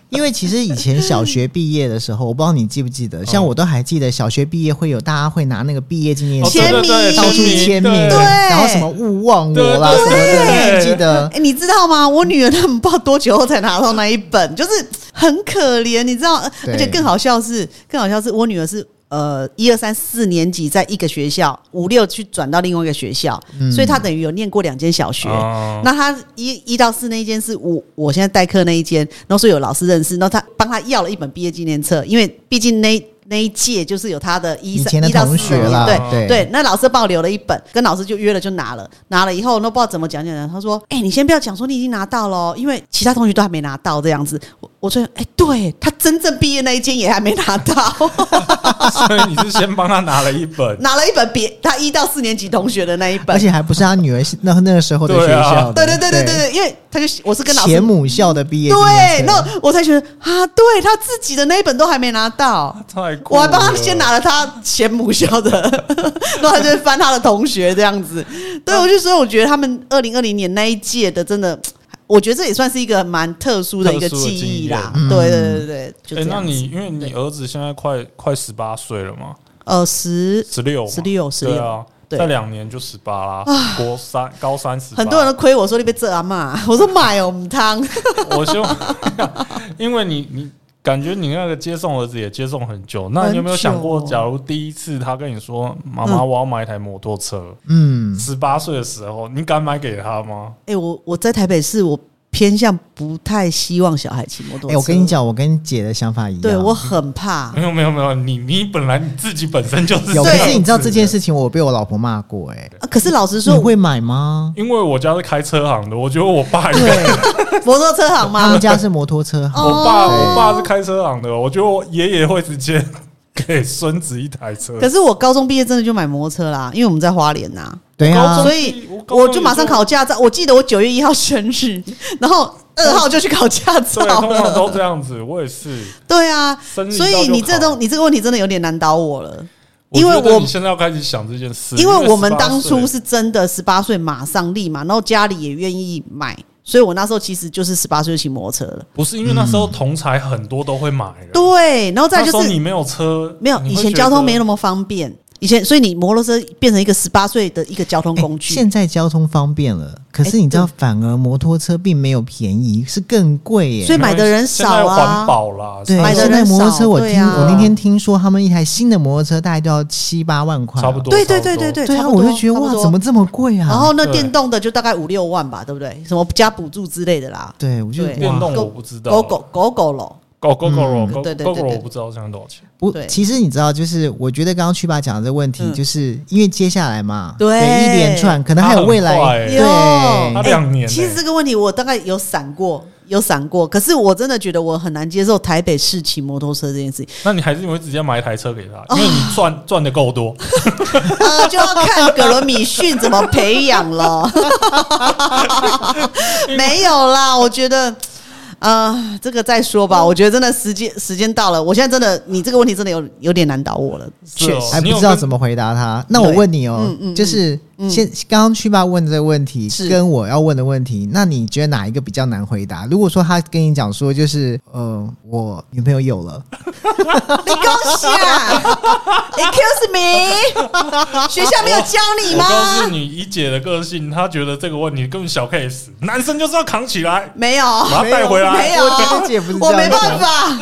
[SPEAKER 1] 因为其实以前小学毕业的时候，我不知道你记不记
[SPEAKER 2] 嗯
[SPEAKER 1] 得，像我都还记得小学毕业会有大家会拿那个毕业纪念
[SPEAKER 2] 哦
[SPEAKER 1] 册
[SPEAKER 3] 签
[SPEAKER 2] 对对对
[SPEAKER 3] 名
[SPEAKER 1] 到处签名，
[SPEAKER 2] 对
[SPEAKER 1] 然后什么勿忘我啦什么
[SPEAKER 2] 对
[SPEAKER 1] 的，
[SPEAKER 2] 对
[SPEAKER 1] 你记得？
[SPEAKER 3] 哎，你知道吗？我女儿他们不知道多久后才拿到那一本，就是很可怜，你知道？呃
[SPEAKER 1] 对
[SPEAKER 3] 而且更好笑是，更好笑是我女儿是呃一二三四年级在一个学校，五六去转到另外一个学校，
[SPEAKER 1] 嗯
[SPEAKER 3] 所以她等于有念过两间小学。
[SPEAKER 2] 啊
[SPEAKER 3] 那她一一到四那一间是我我现在代课那一间，然后所以有老师认识，然后她帮她要了一本毕业纪念册，因为毕竟那那一届就是有她的一
[SPEAKER 1] 以
[SPEAKER 3] 三
[SPEAKER 1] 前的
[SPEAKER 3] 一到
[SPEAKER 1] 同
[SPEAKER 3] 四
[SPEAKER 1] 学
[SPEAKER 3] 年级
[SPEAKER 1] 啦，
[SPEAKER 3] 对，
[SPEAKER 1] 对
[SPEAKER 3] 对，那老师帮我留了一本，跟老师就约了，就拿了，拿了以后，那不知道怎么讲讲讲，他说：“哎、你先不要讲说你已经拿到了哦，因为其他同学都还没拿到这样子。我”我说：“哎、对他真正毕业那一间也还没拿到，
[SPEAKER 2] 所以你是先帮他拿了一 本，
[SPEAKER 3] 拿了一本别他一到四年级同学的那一 本
[SPEAKER 1] 而。且还不是他女儿那那个时候的学校的，
[SPEAKER 2] 啊
[SPEAKER 3] 对对对对对对，因为他就我是跟老师
[SPEAKER 1] 前母校的毕业纪
[SPEAKER 3] 对，
[SPEAKER 1] 念
[SPEAKER 3] 那
[SPEAKER 1] 册，
[SPEAKER 3] 我才觉得啊，对他自己的那一本都还没拿到。”
[SPEAKER 2] 太酷
[SPEAKER 3] 我还帮他
[SPEAKER 2] 了哎
[SPEAKER 3] 先拿了他前母校的， 然后他就翻他的同学这样子。对，我就说我觉得他们二零二零年那一届的真的，我觉得这也算是一个蛮特殊的一个记忆啦
[SPEAKER 1] 殊的经验。嗯
[SPEAKER 2] 特
[SPEAKER 3] 对对对对，就
[SPEAKER 2] 哎、
[SPEAKER 3] 这
[SPEAKER 2] 那
[SPEAKER 3] 样
[SPEAKER 2] 你
[SPEAKER 3] 子。
[SPEAKER 2] 因为你儿子现在快快十八岁了嘛，
[SPEAKER 3] 呃，十
[SPEAKER 2] 十六，
[SPEAKER 3] 十六十
[SPEAKER 2] 对
[SPEAKER 3] 六，
[SPEAKER 2] 啊，
[SPEAKER 3] 对啊
[SPEAKER 2] 再两年就十八啦，国三高三十，
[SPEAKER 3] 很多人都亏我说你被这阿骂，我 说买哦，母汤。
[SPEAKER 2] 都，我希望， 因为你你感觉你那个接送儿子也接送很久，那你有没有
[SPEAKER 3] 很久
[SPEAKER 2] 想过，假如第一次他跟你说妈妈，
[SPEAKER 3] 嗯
[SPEAKER 2] 我要买一台摩托车，
[SPEAKER 1] 嗯，
[SPEAKER 2] 十八岁的时候，你敢买给他吗？
[SPEAKER 3] 哎，我我在台北市，我偏向不太希望小孩骑摩托
[SPEAKER 1] 哎、
[SPEAKER 3] 车。
[SPEAKER 1] 我跟你，讲，我跟姐的想法一样，
[SPEAKER 3] 哦对我很怕。
[SPEAKER 2] 没有没有没有，你你本来你自己本身就是
[SPEAKER 1] 有，
[SPEAKER 2] 这
[SPEAKER 1] 可
[SPEAKER 2] 样
[SPEAKER 1] 是你知道
[SPEAKER 2] 子
[SPEAKER 1] 这件事情，我被我老婆骂过、哎，
[SPEAKER 3] 啊可是老实
[SPEAKER 1] 你
[SPEAKER 3] 说，
[SPEAKER 1] 会买吗？
[SPEAKER 2] 的，因为我家是开车行的，我觉得我爸也
[SPEAKER 1] 对，
[SPEAKER 3] 摩托车行
[SPEAKER 1] 他
[SPEAKER 3] 吗
[SPEAKER 1] 们？家是摩托车行，
[SPEAKER 2] 我爸，
[SPEAKER 3] 哦
[SPEAKER 2] 我爸是开车行的，我觉得我爷爷会直接给孙子一台车。
[SPEAKER 3] 可是我高中毕业真的就买摩托车啦，因为我们在花莲呐、
[SPEAKER 1] 对啊
[SPEAKER 2] 高，中
[SPEAKER 3] 所以我就马上考驾照。我记得我九月一号生日， 然后二号就去考驾照
[SPEAKER 2] 对，通常
[SPEAKER 3] 了。
[SPEAKER 2] 都这样子，我也是。
[SPEAKER 3] 对啊，
[SPEAKER 2] 生日一到
[SPEAKER 3] 所以你这
[SPEAKER 2] 就考
[SPEAKER 3] 种你这个问题真的有点难倒我了，因
[SPEAKER 2] 觉
[SPEAKER 3] 为
[SPEAKER 2] 得
[SPEAKER 3] 我
[SPEAKER 2] 你现在要开始想这件事，
[SPEAKER 3] 因为我们
[SPEAKER 2] 18
[SPEAKER 3] 当初
[SPEAKER 2] 岁
[SPEAKER 3] 是真的十八岁马上立马，然后家里也愿意买，所以我那时候其实就是十八岁就骑摩托车了。
[SPEAKER 2] 不是因为那时候同才很多都会买了，
[SPEAKER 3] 对，然后再
[SPEAKER 2] 那
[SPEAKER 3] 就
[SPEAKER 2] 时候
[SPEAKER 3] 是
[SPEAKER 2] 你没有车，
[SPEAKER 3] 没有
[SPEAKER 2] 你会
[SPEAKER 3] 以前
[SPEAKER 2] 觉
[SPEAKER 3] 交通
[SPEAKER 2] 得
[SPEAKER 3] 没那么方便，以前所以你摩托车变成一个十八岁的一个交通
[SPEAKER 1] 哎
[SPEAKER 3] 工具。
[SPEAKER 1] 现在交通方便了，可是
[SPEAKER 3] 哎
[SPEAKER 1] 你知道，反而摩托车并没有便宜，是更贵耶、
[SPEAKER 3] 所以买的人
[SPEAKER 2] 现在
[SPEAKER 3] 少啊
[SPEAKER 2] 环保啦，
[SPEAKER 1] 对，
[SPEAKER 3] 买的
[SPEAKER 1] 现在
[SPEAKER 3] 人
[SPEAKER 1] 摩托
[SPEAKER 3] 少
[SPEAKER 1] 车我
[SPEAKER 3] 对
[SPEAKER 1] 听，
[SPEAKER 3] 啊
[SPEAKER 1] 我那天听说他们一台新的摩托车大概都要七八万块，啊
[SPEAKER 2] 差不。多，
[SPEAKER 3] 对
[SPEAKER 2] 差
[SPEAKER 3] 对
[SPEAKER 2] 不多
[SPEAKER 3] 对对对，
[SPEAKER 1] 对
[SPEAKER 3] 差
[SPEAKER 1] 啊，
[SPEAKER 3] 不多
[SPEAKER 1] 我就觉得
[SPEAKER 3] 差不
[SPEAKER 1] 哇，
[SPEAKER 3] 多
[SPEAKER 1] 怎么这么贵
[SPEAKER 2] 嗯
[SPEAKER 1] 啊？
[SPEAKER 3] 然后那
[SPEAKER 2] 对
[SPEAKER 3] 电动的就大概五六万吧，对不对？什么加补助之类的啦，
[SPEAKER 1] 对我就
[SPEAKER 3] 对
[SPEAKER 2] 电
[SPEAKER 1] 哇
[SPEAKER 2] 动
[SPEAKER 3] 狗
[SPEAKER 2] 我不知道，
[SPEAKER 3] 狗狗狗狗咯，
[SPEAKER 2] 哦，GoGo
[SPEAKER 1] 嗯
[SPEAKER 2] Go
[SPEAKER 3] 对对对
[SPEAKER 2] GoGo
[SPEAKER 3] 对
[SPEAKER 2] 我不知道现在多少钱。
[SPEAKER 1] 不，
[SPEAKER 3] 对
[SPEAKER 1] 其实你知道，就是我觉得刚刚曲爸讲的这个问题，
[SPEAKER 3] 嗯
[SPEAKER 1] 就是因为接下来嘛，
[SPEAKER 3] 对
[SPEAKER 1] 一连串可能还有未来
[SPEAKER 2] 它很快，欸
[SPEAKER 1] 对，
[SPEAKER 2] 他
[SPEAKER 3] 有
[SPEAKER 2] 两年欸，
[SPEAKER 3] 哎其实这个问题我大概有闪过，有闪过，可是我真的觉得我很难接受台北市骑摩托车这件事情，
[SPEAKER 2] 那你还是会直接买一台车给
[SPEAKER 3] 哦
[SPEAKER 2] 他，因为你赚赚的够多，
[SPEAKER 3] 呃，就要看葛伦米逊怎么培养了。 没有啦，我觉得。呃，这个再说
[SPEAKER 2] 哦
[SPEAKER 3] 吧。我觉得真的时间时间到了，我现在真的，你这个问题真的有有点难倒我了，
[SPEAKER 2] 是
[SPEAKER 3] 确
[SPEAKER 2] 哦
[SPEAKER 3] 实。
[SPEAKER 1] 还不知道怎么回答他。那我问你哦
[SPEAKER 3] 嗯、嗯嗯
[SPEAKER 1] 就是先刚刚去爸问的这个问题，
[SPEAKER 3] 是
[SPEAKER 1] 跟我要问的问题，那你觉得哪一个比较难回答？如果说他跟你讲说，就是呃，我女朋友有了，
[SPEAKER 3] 你恭喜啊 ！Excuse me，学校没有教你
[SPEAKER 2] 我告诉
[SPEAKER 3] 吗？
[SPEAKER 2] 你，怡姐的个性，她觉得这个问题根本小 case，男生就是要扛起来。
[SPEAKER 3] 没有，
[SPEAKER 2] 把她带回来
[SPEAKER 3] 没有，
[SPEAKER 1] 我觉得姐不是这
[SPEAKER 3] 我
[SPEAKER 1] 样
[SPEAKER 3] 没
[SPEAKER 1] 想
[SPEAKER 3] 办法。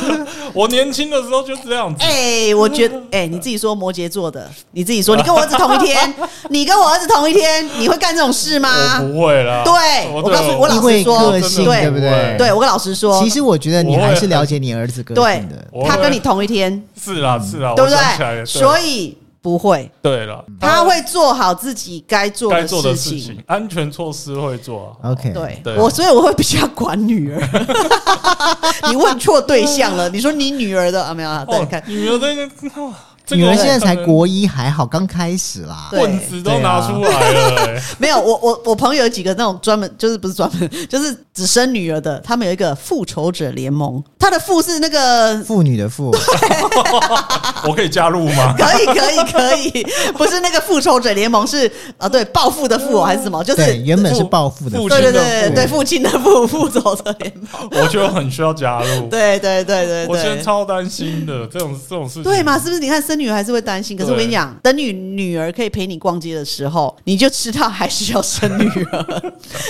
[SPEAKER 2] 我年轻的时候就这样子，
[SPEAKER 3] 哎、我觉得，哎、你自己说摩羯座的，你自己 说，你跟我儿子同一天，你跟我儿子同一天，你会干这种事
[SPEAKER 2] 我
[SPEAKER 3] 吗？
[SPEAKER 2] 不会啦。
[SPEAKER 3] 对我告诉你我老
[SPEAKER 1] 因
[SPEAKER 3] 实
[SPEAKER 1] 为
[SPEAKER 3] 说
[SPEAKER 1] 个性，
[SPEAKER 3] 对
[SPEAKER 1] 对不对？
[SPEAKER 3] 对，我跟老师说，
[SPEAKER 1] 其实我觉得你
[SPEAKER 2] 我会
[SPEAKER 1] 还是了解你儿子个
[SPEAKER 3] 对
[SPEAKER 1] 性的。
[SPEAKER 2] 我
[SPEAKER 3] 他跟你同一天，
[SPEAKER 2] 是啦是啦，
[SPEAKER 3] 对不
[SPEAKER 2] 我想起来了
[SPEAKER 3] 对？所以不会，
[SPEAKER 2] 对了，
[SPEAKER 3] 他会做好自己该做
[SPEAKER 2] 该
[SPEAKER 3] 的
[SPEAKER 2] 做的
[SPEAKER 3] 事
[SPEAKER 2] 事
[SPEAKER 3] 情。
[SPEAKER 2] 情，安全措施会做啊。
[SPEAKER 1] OK，
[SPEAKER 3] 对
[SPEAKER 2] 对
[SPEAKER 3] 我，所以我会比较管女儿。 你问错对象了，你说你女儿的啊没有啊？对，
[SPEAKER 2] 哦
[SPEAKER 3] 看，
[SPEAKER 2] 女儿这个，哇这个
[SPEAKER 1] 女儿现在才啊
[SPEAKER 2] 我
[SPEAKER 1] 国一，还好刚开始啦。
[SPEAKER 3] 对
[SPEAKER 2] 棍子都拿出来了、欸，
[SPEAKER 3] 没有，我我我朋友有几个那种专门就是不是专门就是只生女儿的，他们有一个复仇者联盟，他的父是那个。
[SPEAKER 1] 妇女的妇，
[SPEAKER 2] 我可以加入吗？
[SPEAKER 3] 可以，可以，可以， 不是那个复仇者联盟，是啊，对，报复的复还是什么？ 就是
[SPEAKER 1] 对，原本是
[SPEAKER 2] 父
[SPEAKER 1] 暴富的
[SPEAKER 2] 父
[SPEAKER 1] 妇，
[SPEAKER 3] 对对
[SPEAKER 2] 亲
[SPEAKER 3] 对
[SPEAKER 2] 的
[SPEAKER 3] 对，父亲的复复仇者联盟，
[SPEAKER 2] 我觉得我很需要加入。
[SPEAKER 3] 对对对对
[SPEAKER 2] 我现在
[SPEAKER 3] 对，
[SPEAKER 2] 超担心的，这种这种事情，
[SPEAKER 3] 对嘛？？是不是？你看生女儿还是会担心，可是我跟你讲，等你女儿可以陪你逛街的时候，你就知道还是要生女儿，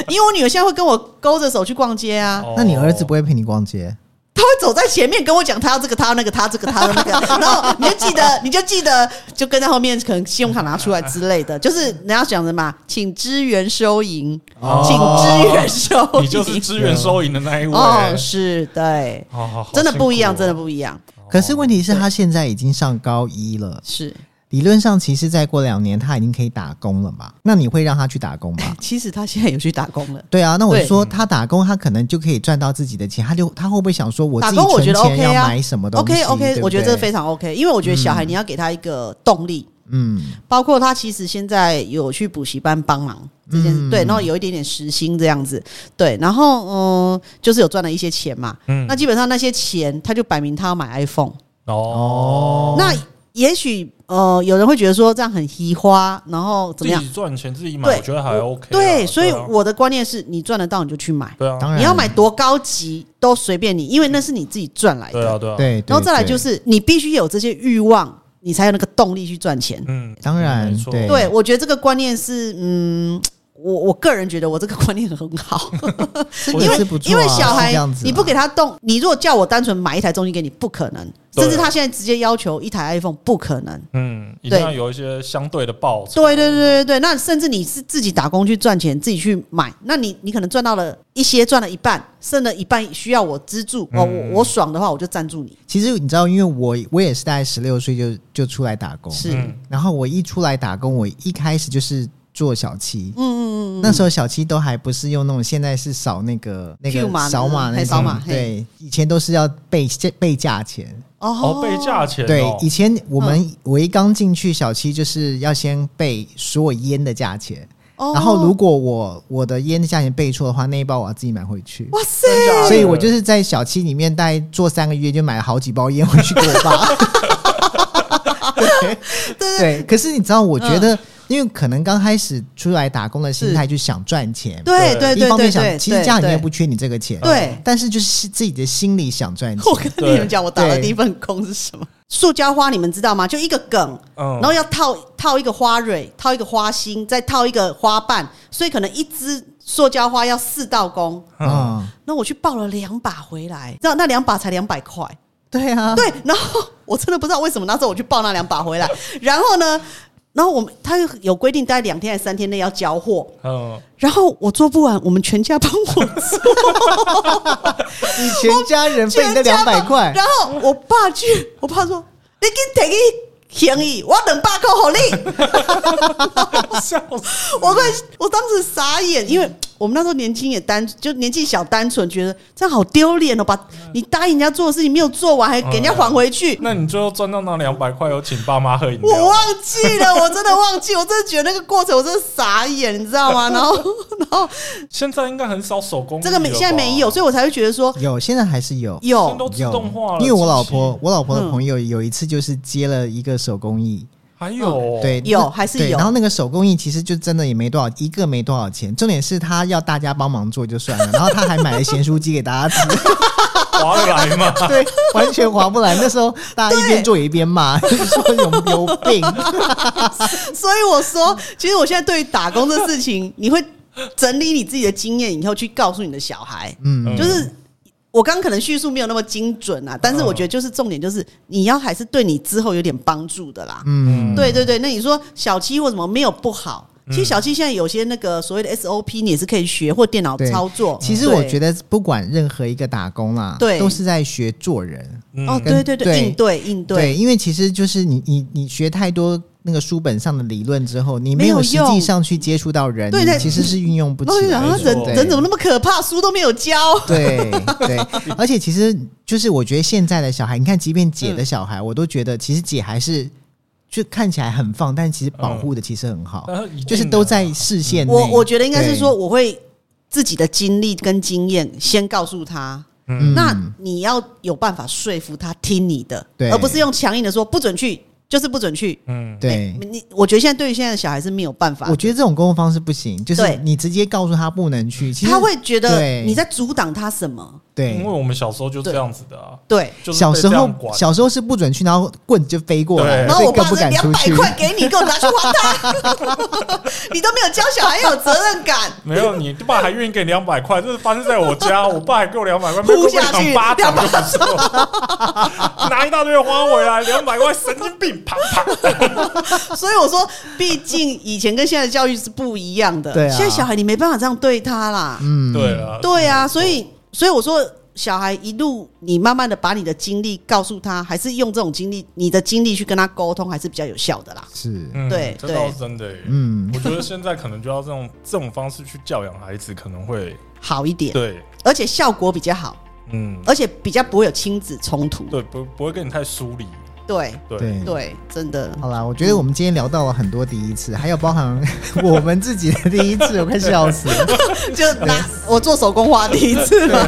[SPEAKER 3] 因为我女儿现在会跟我勾着手去逛街啊，
[SPEAKER 2] 哦
[SPEAKER 1] 那你儿子不会陪你逛街？
[SPEAKER 3] 他会走在前面跟我讲他要这个，他要那个，他要这个，他要那个，然后你就记得，你就记得，就跟在后面可能信用卡拿出来之类的，就是人家讲的嘛，请支援收银，
[SPEAKER 2] 哦
[SPEAKER 3] 请支援收银，
[SPEAKER 2] 你就是支援收银的那一位、
[SPEAKER 3] 哦，是对，
[SPEAKER 2] 好好好
[SPEAKER 3] 真的不一样，
[SPEAKER 2] 辛苦哦
[SPEAKER 3] 真的不一样，
[SPEAKER 1] 可是问题是，他现在已经上高一了，
[SPEAKER 3] 是。？
[SPEAKER 1] 理论上其实再过两年他已经可以打工了嘛？那你会让他去打工吗
[SPEAKER 3] 其实他现在有去打工了，
[SPEAKER 1] 对啊，那我
[SPEAKER 3] 对
[SPEAKER 1] 说他打工，他可能就可以赚到自己的钱，他就他会不会想说，我
[SPEAKER 3] 打
[SPEAKER 1] 自己
[SPEAKER 3] 工我觉
[SPEAKER 1] 存
[SPEAKER 3] 得
[SPEAKER 1] 钱
[SPEAKER 3] OK
[SPEAKER 1] 要
[SPEAKER 3] 啊
[SPEAKER 1] 买什么东西
[SPEAKER 3] ，OK OK，
[SPEAKER 1] 对不
[SPEAKER 3] 我觉得这
[SPEAKER 1] 对
[SPEAKER 3] 个非常 OK，因为我觉得小孩你要给他一个动力，
[SPEAKER 1] 嗯，
[SPEAKER 3] 包括他其实现在有去补习班帮忙这件事，
[SPEAKER 1] 嗯
[SPEAKER 3] 对，然后有一点点时薪这样子，对，然后嗯，就是有赚了一些钱嘛，
[SPEAKER 2] 嗯
[SPEAKER 3] 那基本上那些钱他就摆明他要买 iPhone，、
[SPEAKER 2] 哦，
[SPEAKER 3] 那也许呃有人会觉得说这样很稀花，然后怎
[SPEAKER 2] 自
[SPEAKER 3] 么样？
[SPEAKER 2] 己赚钱自己买，
[SPEAKER 3] 对
[SPEAKER 2] 我觉得还 OK 啊。
[SPEAKER 3] 对，所以
[SPEAKER 2] 啊
[SPEAKER 3] 我的观念是你赚得到你就去买，
[SPEAKER 2] 对啊，
[SPEAKER 1] 当然
[SPEAKER 3] 哦你要买多高级都随便你，因为那是你自己赚来
[SPEAKER 2] 对
[SPEAKER 3] 的。
[SPEAKER 2] 啊，对啊，
[SPEAKER 1] 对，对
[SPEAKER 3] 然后再来
[SPEAKER 1] 对
[SPEAKER 3] 就是你必须有这些欲望，你才有那个动力去赚钱。
[SPEAKER 2] 嗯，
[SPEAKER 1] 当然
[SPEAKER 2] 没错
[SPEAKER 1] 对
[SPEAKER 3] 对，我觉得这个观念是，嗯，我我个人觉得我这个观念很 好，
[SPEAKER 1] 这
[SPEAKER 3] 因
[SPEAKER 1] 个
[SPEAKER 3] 为
[SPEAKER 1] 是不错啊，
[SPEAKER 3] 因为小
[SPEAKER 1] 是
[SPEAKER 3] 孩
[SPEAKER 1] 这样子啊，
[SPEAKER 3] 你不给他动，你如果叫我单纯买一台东西给你，不可能，
[SPEAKER 2] 对
[SPEAKER 3] 甚至他现在直接要求一台 iPhone，不可能。
[SPEAKER 2] 嗯，一定
[SPEAKER 3] 对
[SPEAKER 2] 要有一些相对的报酬。
[SPEAKER 3] 对对对对对，那甚至你是自己打工去赚钱，自己去买，那你你可能赚到了一些，赚了一半，剩了一半需要我资助，哦，
[SPEAKER 2] 嗯
[SPEAKER 3] 我我爽的话我就赞助你，
[SPEAKER 1] 其实你知道，因为我我也是大概十六岁就就出来打工，
[SPEAKER 3] 是，
[SPEAKER 2] 嗯
[SPEAKER 1] 然后我一出来打工，我一开始就是做小七，嗯嗯嗯，那时候小七都还不是用那种，现在是扫那个那个
[SPEAKER 3] Q 码
[SPEAKER 1] 扫码
[SPEAKER 3] 嗯
[SPEAKER 1] 那
[SPEAKER 3] 嘿扫码
[SPEAKER 1] 种，
[SPEAKER 3] 嘿
[SPEAKER 1] 对，以前都是要备备价钱，
[SPEAKER 2] 哦，被价钱哦
[SPEAKER 1] 对，以前我
[SPEAKER 3] 嗯
[SPEAKER 1] 们我一刚进去小七就是要先备所有烟的价钱，
[SPEAKER 3] 哦
[SPEAKER 1] 然后如果我我的烟的价钱备错的话，那一包我要自己买回去。
[SPEAKER 3] 哇塞，
[SPEAKER 2] 真假的
[SPEAKER 1] 所以我就是在小七里面大概做三个月，就买了好几包烟回去给我 爸。
[SPEAKER 3] 对
[SPEAKER 1] 对，可是你知道，我觉
[SPEAKER 3] 嗯
[SPEAKER 1] 得，因为可能刚开始出来打工的心态就想赚钱，
[SPEAKER 3] 对对
[SPEAKER 1] 一
[SPEAKER 3] 对
[SPEAKER 1] 方
[SPEAKER 3] 对
[SPEAKER 1] 面想
[SPEAKER 3] 对，，
[SPEAKER 1] 其实
[SPEAKER 3] 对
[SPEAKER 1] 家里面
[SPEAKER 3] 对
[SPEAKER 1] 不缺你这个钱，
[SPEAKER 3] 对
[SPEAKER 1] 但是就是自己的心里想赚钱
[SPEAKER 3] 我，跟你们讲，我打的
[SPEAKER 1] 对
[SPEAKER 3] 第一份工是什么？塑胶花，你们知道吗？就一个梗，
[SPEAKER 2] 嗯
[SPEAKER 3] 然后要套套一个花蕊，套一个花心，再套一个花瓣，所以可能一支塑胶花要四道工。
[SPEAKER 2] 嗯，
[SPEAKER 1] 嗯，
[SPEAKER 3] 那我去抱了两把回来，知道那两把才两百块，
[SPEAKER 1] 对啊，
[SPEAKER 3] 对。然后我真的不知道为什么那时候我去抱那两把回来，然后呢，然后我们他有规定，大概两天还是三天内要交货。
[SPEAKER 2] 嗯，
[SPEAKER 3] 然后我做不完，我们全家帮我 做，
[SPEAKER 1] 你全家人被你那
[SPEAKER 3] 全家
[SPEAKER 1] 两
[SPEAKER 3] 帮
[SPEAKER 1] 百块，
[SPEAKER 3] 然后我爸去，我爸说：“你给提去行伊，我两百块好你。”
[SPEAKER 2] 笑死！
[SPEAKER 3] 我快，我当时傻眼，因为我们那时候年轻也单，就年纪小单纯，觉得这样好丢脸哦，把你答应人家做的事情没有做完，还给人家还回去。
[SPEAKER 2] 那你最后赚到那两百块，有请爸妈喝饮料？
[SPEAKER 3] 我忘记了，我真的忘记，我真的觉得那个过程我真的傻眼，你知道吗？然后，然后
[SPEAKER 2] 现在应该很少手工艺
[SPEAKER 3] 这个没
[SPEAKER 2] 了吧
[SPEAKER 3] 现在没有，，所以我才会觉得说
[SPEAKER 1] 有现在还是 有。
[SPEAKER 2] 现在
[SPEAKER 3] 有
[SPEAKER 2] 都自动化了。
[SPEAKER 1] 因为我老
[SPEAKER 2] 机
[SPEAKER 1] 婆，
[SPEAKER 2] 器
[SPEAKER 1] 我老婆的
[SPEAKER 3] 嗯
[SPEAKER 1] 朋友有一次就是接了一个手工艺，
[SPEAKER 2] 还有哦
[SPEAKER 1] 对，
[SPEAKER 3] 有
[SPEAKER 1] 那
[SPEAKER 3] 还是
[SPEAKER 1] 对
[SPEAKER 3] 有
[SPEAKER 1] 然后那个手工艺其实就真的也没多少，一个没多少钱。重点是他要大家帮忙做就算了，然后他还买了咸酥鸡给大家 吃，
[SPEAKER 2] 划得来 吗？
[SPEAKER 1] 对，完全划不来。那时候大家一边
[SPEAKER 3] 对
[SPEAKER 1] 做一边骂， 说有有 病。
[SPEAKER 3] 所以我说，其实我现在对于打工这事情，你会整理你自己的经验以后去告诉你的小孩，
[SPEAKER 1] 嗯，
[SPEAKER 3] 就是我刚可能叙述没有那么精准啊，但是我觉得就是重点就是你要还是对你之后有点帮助的啦。
[SPEAKER 1] 嗯，
[SPEAKER 3] 对对对，那你说小七或什么没有不好？其实小七现在有些那个所谓的 SOP，你也是可以学或电脑
[SPEAKER 1] 对
[SPEAKER 3] 操作。
[SPEAKER 1] 其实我觉得不管任何一个打工啦，
[SPEAKER 3] 对
[SPEAKER 1] 都是在学做人。
[SPEAKER 2] 嗯
[SPEAKER 3] 哦，
[SPEAKER 1] 跟
[SPEAKER 3] 对对对，
[SPEAKER 1] 对
[SPEAKER 3] 应对应对，
[SPEAKER 1] 因为其实就是你你你学太多那个书本上的理论之后，你
[SPEAKER 3] 没
[SPEAKER 1] 没
[SPEAKER 3] 有
[SPEAKER 1] 有实际
[SPEAKER 3] 用
[SPEAKER 1] 上去接触到人，
[SPEAKER 3] 对
[SPEAKER 1] 你
[SPEAKER 3] 对
[SPEAKER 1] 其实是运用不
[SPEAKER 3] 然后
[SPEAKER 1] 起
[SPEAKER 3] 就
[SPEAKER 1] 来的。
[SPEAKER 3] 想啊，人
[SPEAKER 1] 对
[SPEAKER 3] 人怎么那么可怕？书都没有教。
[SPEAKER 1] 对对，而且其实就是我觉得现在的小孩，你看，即便姐的小孩，我都觉得其实姐还是就看起来很放，但其实保护的其实很好，
[SPEAKER 2] 但一定
[SPEAKER 1] 就是
[SPEAKER 2] 的
[SPEAKER 1] 都在视线内。
[SPEAKER 3] 嗯我我觉得应该是说，
[SPEAKER 1] 对，
[SPEAKER 3] 我会自己的经历跟经验先告诉他。
[SPEAKER 1] 嗯
[SPEAKER 3] 那你要有办法说服他听你的，
[SPEAKER 1] 对
[SPEAKER 3] 而不是用强硬的说不准去，就是不准去。
[SPEAKER 2] 嗯，
[SPEAKER 1] 对。
[SPEAKER 3] 你你我觉得现在对于现在的小孩是没有办法
[SPEAKER 1] 我，觉得这种沟通方式不行，就
[SPEAKER 3] 对
[SPEAKER 1] 是你直接告诉他不能去，其实
[SPEAKER 3] 嗯他会觉得
[SPEAKER 1] 对
[SPEAKER 3] 你在阻挡他什么？
[SPEAKER 2] 因
[SPEAKER 1] 对
[SPEAKER 2] 为。我们小时候就这样子的啊，
[SPEAKER 3] 对，
[SPEAKER 2] 就是
[SPEAKER 1] 小
[SPEAKER 2] 被
[SPEAKER 1] 时
[SPEAKER 2] 这
[SPEAKER 1] 候
[SPEAKER 2] 样管
[SPEAKER 1] 小时候是不准去，然后棍就飞过来，
[SPEAKER 2] 对
[SPEAKER 3] 然后
[SPEAKER 1] 所
[SPEAKER 3] 我
[SPEAKER 1] 以更
[SPEAKER 3] 爸
[SPEAKER 1] 不
[SPEAKER 3] 是
[SPEAKER 1] 敢
[SPEAKER 3] 两
[SPEAKER 1] 出
[SPEAKER 3] 百
[SPEAKER 1] 去。
[SPEAKER 3] 块给你，给我拿去还他， 你都没有教小孩要有责任感。
[SPEAKER 2] 没有，你爸还愿意给两百块，这是发生在我家，我爸还给我两 百块，
[SPEAKER 3] 呼下去
[SPEAKER 2] 没有我两巴掌就不错， 拿一大堆花回来，两百块，神经病，啪啪。
[SPEAKER 3] 所以我说，毕竟以前跟现在的教育是不一样的。
[SPEAKER 1] 对啊
[SPEAKER 3] 现在小孩你没办法这样对他啦。
[SPEAKER 1] 嗯，
[SPEAKER 2] 对啊，
[SPEAKER 3] 对啊，所以所以我说，小孩一路你慢慢的把你的经历告诉他，还是用这种经历，你的经历去跟他沟通，还是比较有效的啦。
[SPEAKER 1] 是，
[SPEAKER 2] 嗯
[SPEAKER 3] 对
[SPEAKER 2] 这倒是真的耶。
[SPEAKER 1] 嗯，
[SPEAKER 2] 我觉得现在可能就要这种这种方式去教养孩子，可能会
[SPEAKER 3] 好一点，
[SPEAKER 2] 对，
[SPEAKER 3] 而且效果比较好，
[SPEAKER 2] 嗯，
[SPEAKER 3] 而且比较不会有亲子冲突。
[SPEAKER 2] 对，不不会跟你太疏离，
[SPEAKER 3] 对
[SPEAKER 2] 对，
[SPEAKER 1] 对。
[SPEAKER 3] 对，真的。
[SPEAKER 1] 好啦，我觉得我们今天聊到了很多第一次，还有包含 我们自己的第一次，我快笑死了。
[SPEAKER 3] 就拿我做手工花第一次嘛，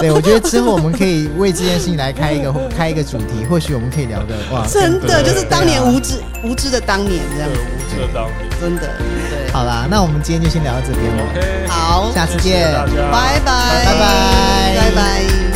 [SPEAKER 1] 对，我觉得之后我们可以为这件事情来开一个开一个主题，或许我们可以聊的哇。
[SPEAKER 3] 真的
[SPEAKER 2] 对
[SPEAKER 3] 就是当年无知无知的当年这样
[SPEAKER 2] 对，，无知的道理。
[SPEAKER 3] 真的对。
[SPEAKER 1] 好啦，那我们今天就先聊到这边了，
[SPEAKER 2] OK，
[SPEAKER 3] 好，
[SPEAKER 1] 下次见，
[SPEAKER 2] 大家
[SPEAKER 3] 拜
[SPEAKER 1] 拜
[SPEAKER 3] 拜，
[SPEAKER 1] 拜
[SPEAKER 3] 拜拜。